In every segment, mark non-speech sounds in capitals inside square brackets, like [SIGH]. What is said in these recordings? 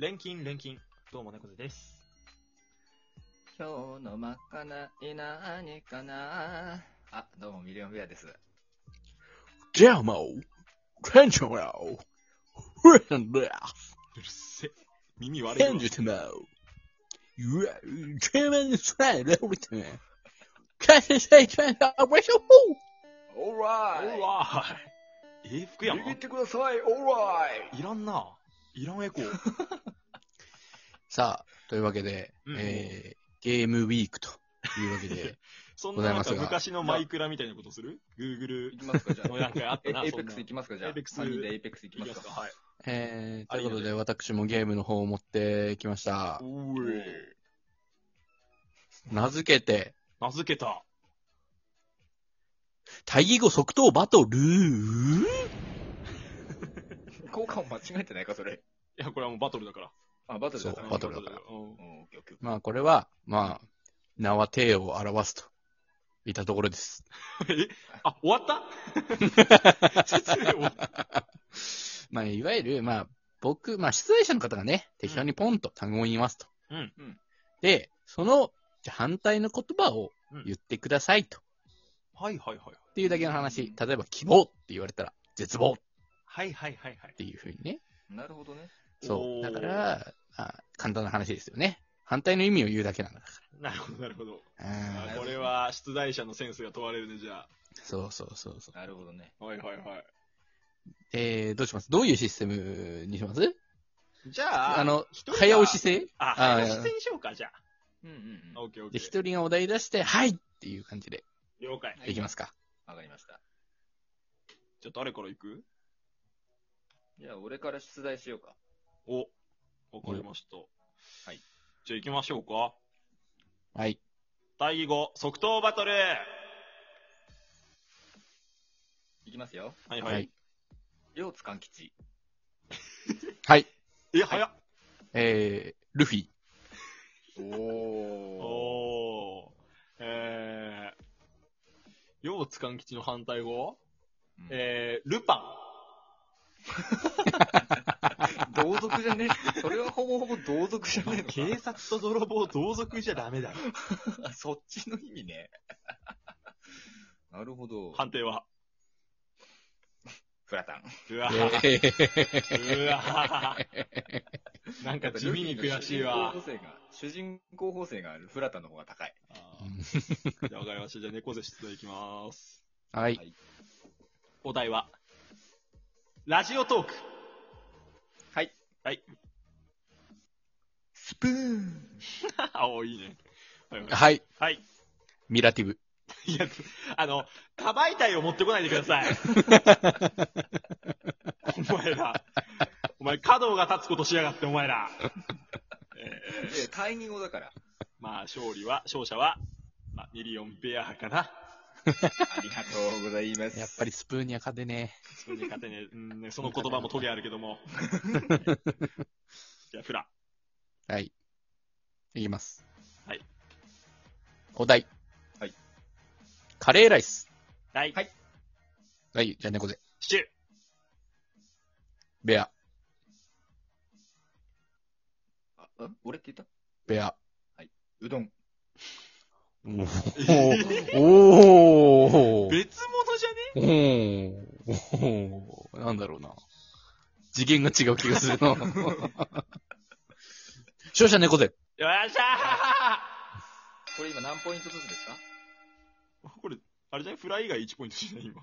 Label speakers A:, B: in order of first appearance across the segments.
A: 錬金、錬金。どうも、猫背です。
B: 今日のまかないなにかなあ、どうも、ミリオンベアです。
C: ジャマオ、船長ラオ、フレンダ
A: うるせえ。耳
C: ー、
A: 悪い
C: 天
A: わ。
C: 寿様を、ゆえ、チームにスライドルテン、カシセイチェンダーブレション
B: オー
A: お
B: ライ
A: わーい。え福山
B: ビビってください、オーライ
A: いらんな。いらんエコー。
C: さあ、というわけで、
A: うん
C: えー、ゲームウィークというわ
A: [LAUGHS]
C: けで、
A: そん
C: ご
A: な
C: ざい
A: なん
C: ます
A: か
C: が
A: 昔のマイクラみたいなことする ?Google
B: 行きますか、じゃ
A: のなんかあっ
B: あ。
A: た
B: え
A: な。
B: エイ
A: そ
B: ペ
A: ん
B: ック
A: な
B: ス行きますか、じゃあ。
A: Apex
B: 3人でエイペックス行き
A: い
B: ま
A: き
B: す
A: ますか。
B: か。
A: はい。
C: えー、
A: あ
C: と
A: り
C: い
A: が
C: う
A: とう
C: ことで私もゲームの方を持ってきました。
A: お
B: お
A: ー
B: ー
A: い。
C: 名付けて、
A: 名付けた。
C: 対義語即答バトル
B: 効果音間違えてないか、それ。
A: いや、これはもうバトルだから。
B: あ、バトルだった
C: そうバトルだから
A: うん
B: うんオッケーオッケー
C: まあこれは、まあ、名は手を表すと、いったところです。
A: えあ、終わ [LAUGHS] った説明終わった
C: まあ、いわゆる、まあ、僕、まあ、出題者の方がね、適当にポンと単語を言いますと。
A: うん
B: うん
C: で、その、じゃあ反対の言葉を言ってくださいと。
A: はいはいはい。
C: っていうだけの話。例えば、希望って言われたら、絶望っ
A: はいはいはいはい。
C: ていうふうにね。
B: なるほどね。
C: そ
A: おー
C: う。だから、まあ、簡単な話ですよね。反対の意味を言うだけなんだか
A: なるほどなるほど。
C: ら。うん
A: あこれは出題者のセンスが問われるね、じゃ
C: そうそうそうそ
B: なるほどね。
A: あ。はいはいはい。
C: う。えー、どうしますどういうシステムにします
A: じゃあ、
C: あの
A: 一人が
C: 早押し。制
A: あ、早押し制にしようか、じゃ
B: うんうん
A: あ。
B: うん。
A: オッケーオッケ
C: で、
A: ー。
C: 一人がお題出して、はいっていう感じで、
A: 了解。
C: いきますか。
B: わかりました。
A: じゃあ誰から行く
B: じゃあ、俺から出題しようか。
A: お、わかりました。
B: はい。
A: じゃあ行きましょうか。
C: はい。
A: 対義語、即答バトルはい
B: きますよ。
A: いは
C: はいい。。
B: 両津勘吉。
C: はい。
A: え、早っ
C: えー、ルフィ。
B: お
A: お
B: お。
A: ー。えー、ようつかん吉の反対語
B: うん
A: えー、ルパ
B: 同族じゃね [LAUGHS] それはほぼほぼ同族じゃね
A: ン。
B: えの
A: [LAUGHS] 警察と泥棒同族じゃダメだろ。
B: か [LAUGHS] そっちの意味ね。なるほど。
A: 判定は。
B: フラタン。
A: うわぁ。うわぁ。なんか地味に悔しいわ。
B: 主人公補正が、主人公補正があるフラタンの方が高い。
A: あーじゃあわかりました。じゃあ猫背出題いきます。
C: はい。
A: お題は、ラジオトーク。 [LAUGHS]
B: はい。
A: はい。
B: スプーン。
A: あ、おいいね。はいはい。
C: はい。
A: はい。
C: ミラティブ。
A: いや、あの、かばいたいを持ってこないでくだ [LAUGHS] さい。お前ら。お前、角が立つことしやがって、お前ら。えー
B: え、対義語だから。
A: まあ、勝利は、勝者は、まあ、ミリオンベアかな。
B: ありがとうございます。
C: やっぱりスプーンには勝てね
A: それで勝てね、うんね、その言葉もトゲあるけど [LAUGHS] も。じゃあ、フラ。
C: え。はい。いきます。
A: はい。
C: お題。
B: はい。
C: カレーライス。
A: はい
B: はい。
C: はい。じゃあ猫背。
A: シチュー。
C: ベア、
B: あん俺って言った
C: ベア。
B: うどん。
C: おー。おー。
A: 別物じゃね
C: おー。おー。なんだろうな。次元が違う気がするな。勝者猫背。
A: よっしゃ
B: これ今何ポイントずつですか
A: ーこれ、あれじゃないフラ以外1ポイントじゃない今。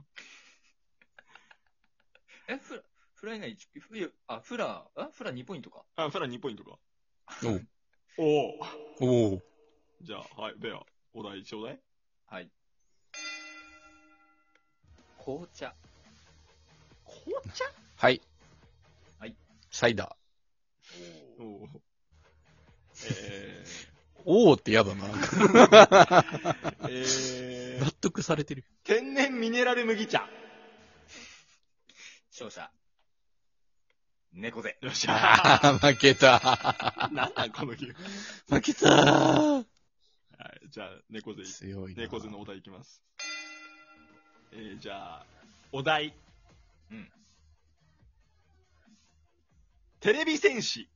B: え、フラ、フラ以外一いやあ、フラ、あ、フラ2ポイントか。
A: あ、フラ2ポイントか。
C: おー。
A: おお。
C: おー。
A: じゃあ、はい、ベア、お題ちょうだい。
B: はい。紅茶。
A: 紅茶
C: はい。
B: はい。
C: サイダー。
A: お [LAUGHS] お。え
C: おーってやだな。
A: ー、え
C: 納
A: ー、
C: 得されてる。
A: 天然ミネラル麦茶。
B: 勝者。猫背。
A: よっしゃ
C: ああ、負けた。
A: ー。 [LAUGHS] なんなん、このゲーム。
C: 負けた。
A: はい、じゃあ、猫背、
C: 強いな。
A: 猫背のお題いきます。えー、じゃあ、お題。
B: うん。
A: テレビ戦士。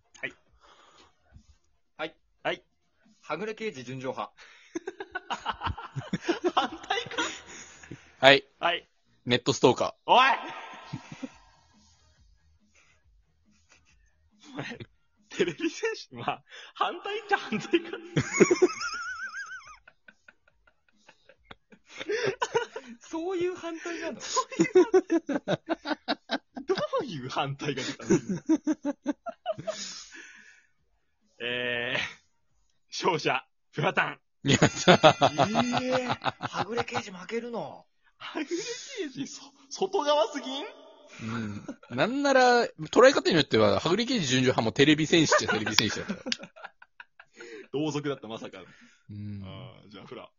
B: はぐれ刑事純情派。
A: [LAUGHS] 反対か
C: はい。
A: はい。
C: ネットストーカ
A: おいお前、テレビ選手、まあ、反対っちゃ反対か。
B: そういう反対なの
A: どういう反対が出たのえー、勝者、プラタン。
C: ー。いや、さ、
B: ええはぐれ刑事負けるの。
A: ハグレ刑事、そ、外側すぎん
C: うん。なんなら、捉え方によっては、はぐれ刑事純情派もテレビ戦士っちゃテレビ戦士だった。
A: 同族だった、まさか。
C: うん。
A: ああ、じゃあ、フラ。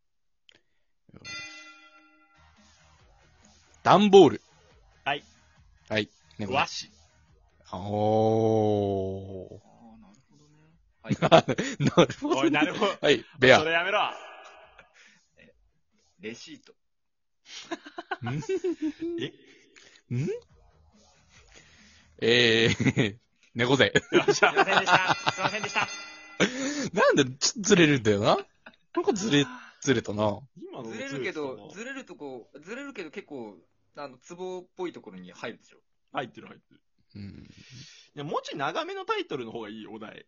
C: 段ボール。
A: はい。
C: はい。ね、これ
A: 和紙。
C: おー。
B: ああ、なるほどね。はい。
C: なるほど。
A: おい、なるほど。
C: はい、ベア
A: そ。れやめろ。
B: レシート。
C: んえー、猫背。
A: よっし
B: すいま
A: ゃ。
B: せんでした。すいませんでした。
C: なんで、ちょっとずれるんだよな。なんかずれ、ずれたな。
A: 今
B: ずれるけど、
A: ず
B: ずれるとこ、ずれるけど結構、あの、ツボっぽいところに入るでしょ。
A: 入ってる入ってる。
C: うん。
A: いや、もうちょい長めのタイトルの方がいい、お題。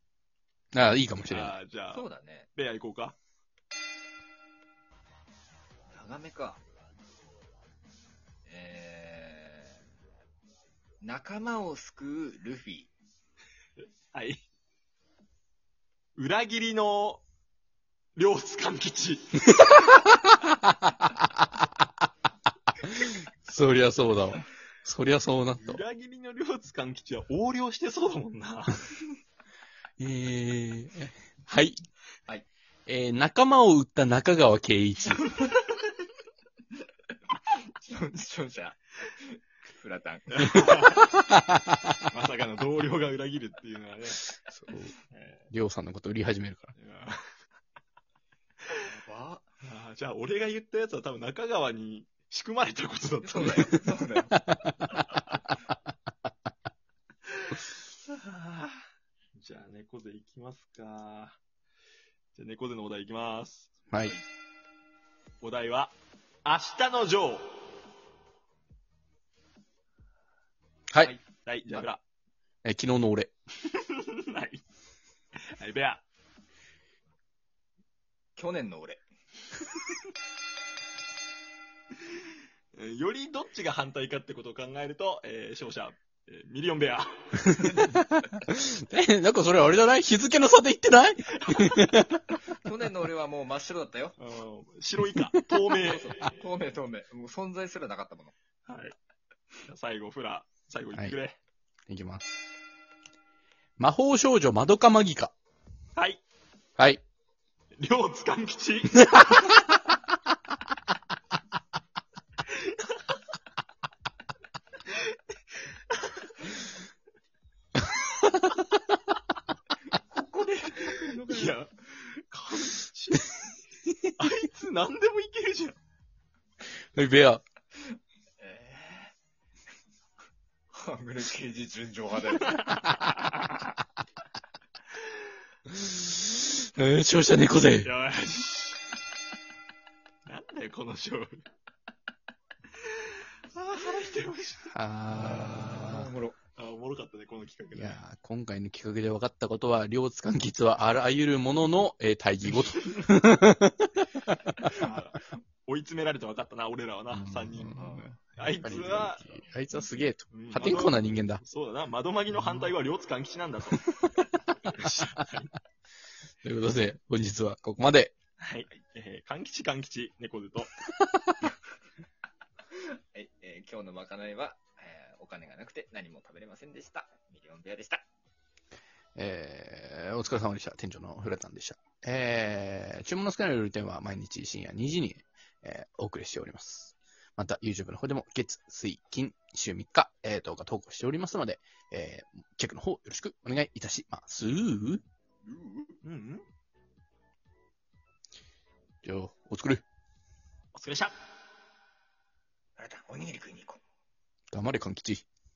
C: ああ、いいかもしれない。
A: ああ、じゃあ
B: そ、うだね。
A: ベア行こうか。
B: 長めか。えー、仲間を救うルフィ。
A: はい。裏切りの、両津勘
B: [LAUGHS]
A: 吉。
C: そりゃそうだわ。そりゃそうなったわ。
A: 裏切りの両津勘吉は横領してそうだもん
C: [LAUGHS]
A: な。
C: えー、はい。
B: はい。
C: えー、仲間を撃った中川圭一。
B: 勝者。フラタン。
A: まさかの同僚が裏切るっていうのはね。
C: そう。りょうさんのこと売り始めるから。
A: いや
B: わ
A: ああじゃあ、俺が言ったやつは多分中川に仕組まれたことだった
B: そ
A: ん
B: う
A: だ
B: [LAUGHS] だ
A: よ。
B: よ。そうだよ。
A: じゃあ、猫背いきますか。じゃあ、猫背のお題いきます。
C: はい。
A: お題は、明日のジョー。
C: はい
A: はい。はい、じゃあ、フラ。
C: えー昨日の俺。
A: はい。はい、ベア。
B: 去年の俺。
A: えーよりどっちが反対かってことを考えると、えー勝者、えーミリオンベア。
C: え、なんかそれあれじゃない日付の差で言ってない
B: 去年の俺はもう真っ白だったよ。
A: あの白いか、 [LAUGHS] 透明。はい。
B: 透明透明。もう存在すらなかったもの。
A: じゃあ最後、フラ、最後言ってくれ。
C: いきます。魔法少女まどかマギカ。
A: はい。
C: はい。
A: 両津勘吉。
B: ここで、
A: いや、勘吉。あいつ何でもいけるじゃん。
C: はい、ベア。
B: えー、ハングル刑事純情 [LAUGHS] 派だよ。
C: えー、勝者猫背。
A: よし。なんだよ、この勝負。ああ、腹いてました。
C: あ
B: おもろ。
A: あーおもろかったね、この企画
C: ー。い
A: ね。
C: やー今回の企画で分かったことは、両津勘吉はあらゆるものの、えー、対義語と。
A: あー追い詰められて分かったな、俺らはな、3人。あいつは、、
C: あいつはすげえと。
A: うん
C: 破天荒な人間だ。
A: そうだな、窓マギの反対は両津勘吉なんだ
C: [LAUGHS]
A: と。
C: ということで、本日はここまで。
A: はい。えー、勘吉勘吉、猫背と。
B: はい、えー今日のまかないは、えーお金がなくて何も食べれませんでした。ミリオンベアでした。
C: えー、お疲れ様でした。店長のフラタンでした。えー、注文の少ない料理店は毎日深夜2時に、えーお送りしております。また、YouTube の方でも月、水、金、週3日、えー、動画投稿しておりますので、えー、チェックの方よろしくお願いいたします。
A: うんうん。
C: じゃあ、お疲れ。
A: お疲れっした。
B: あなた、おにぎり食いに行こう。
C: 黙れ、勘吉。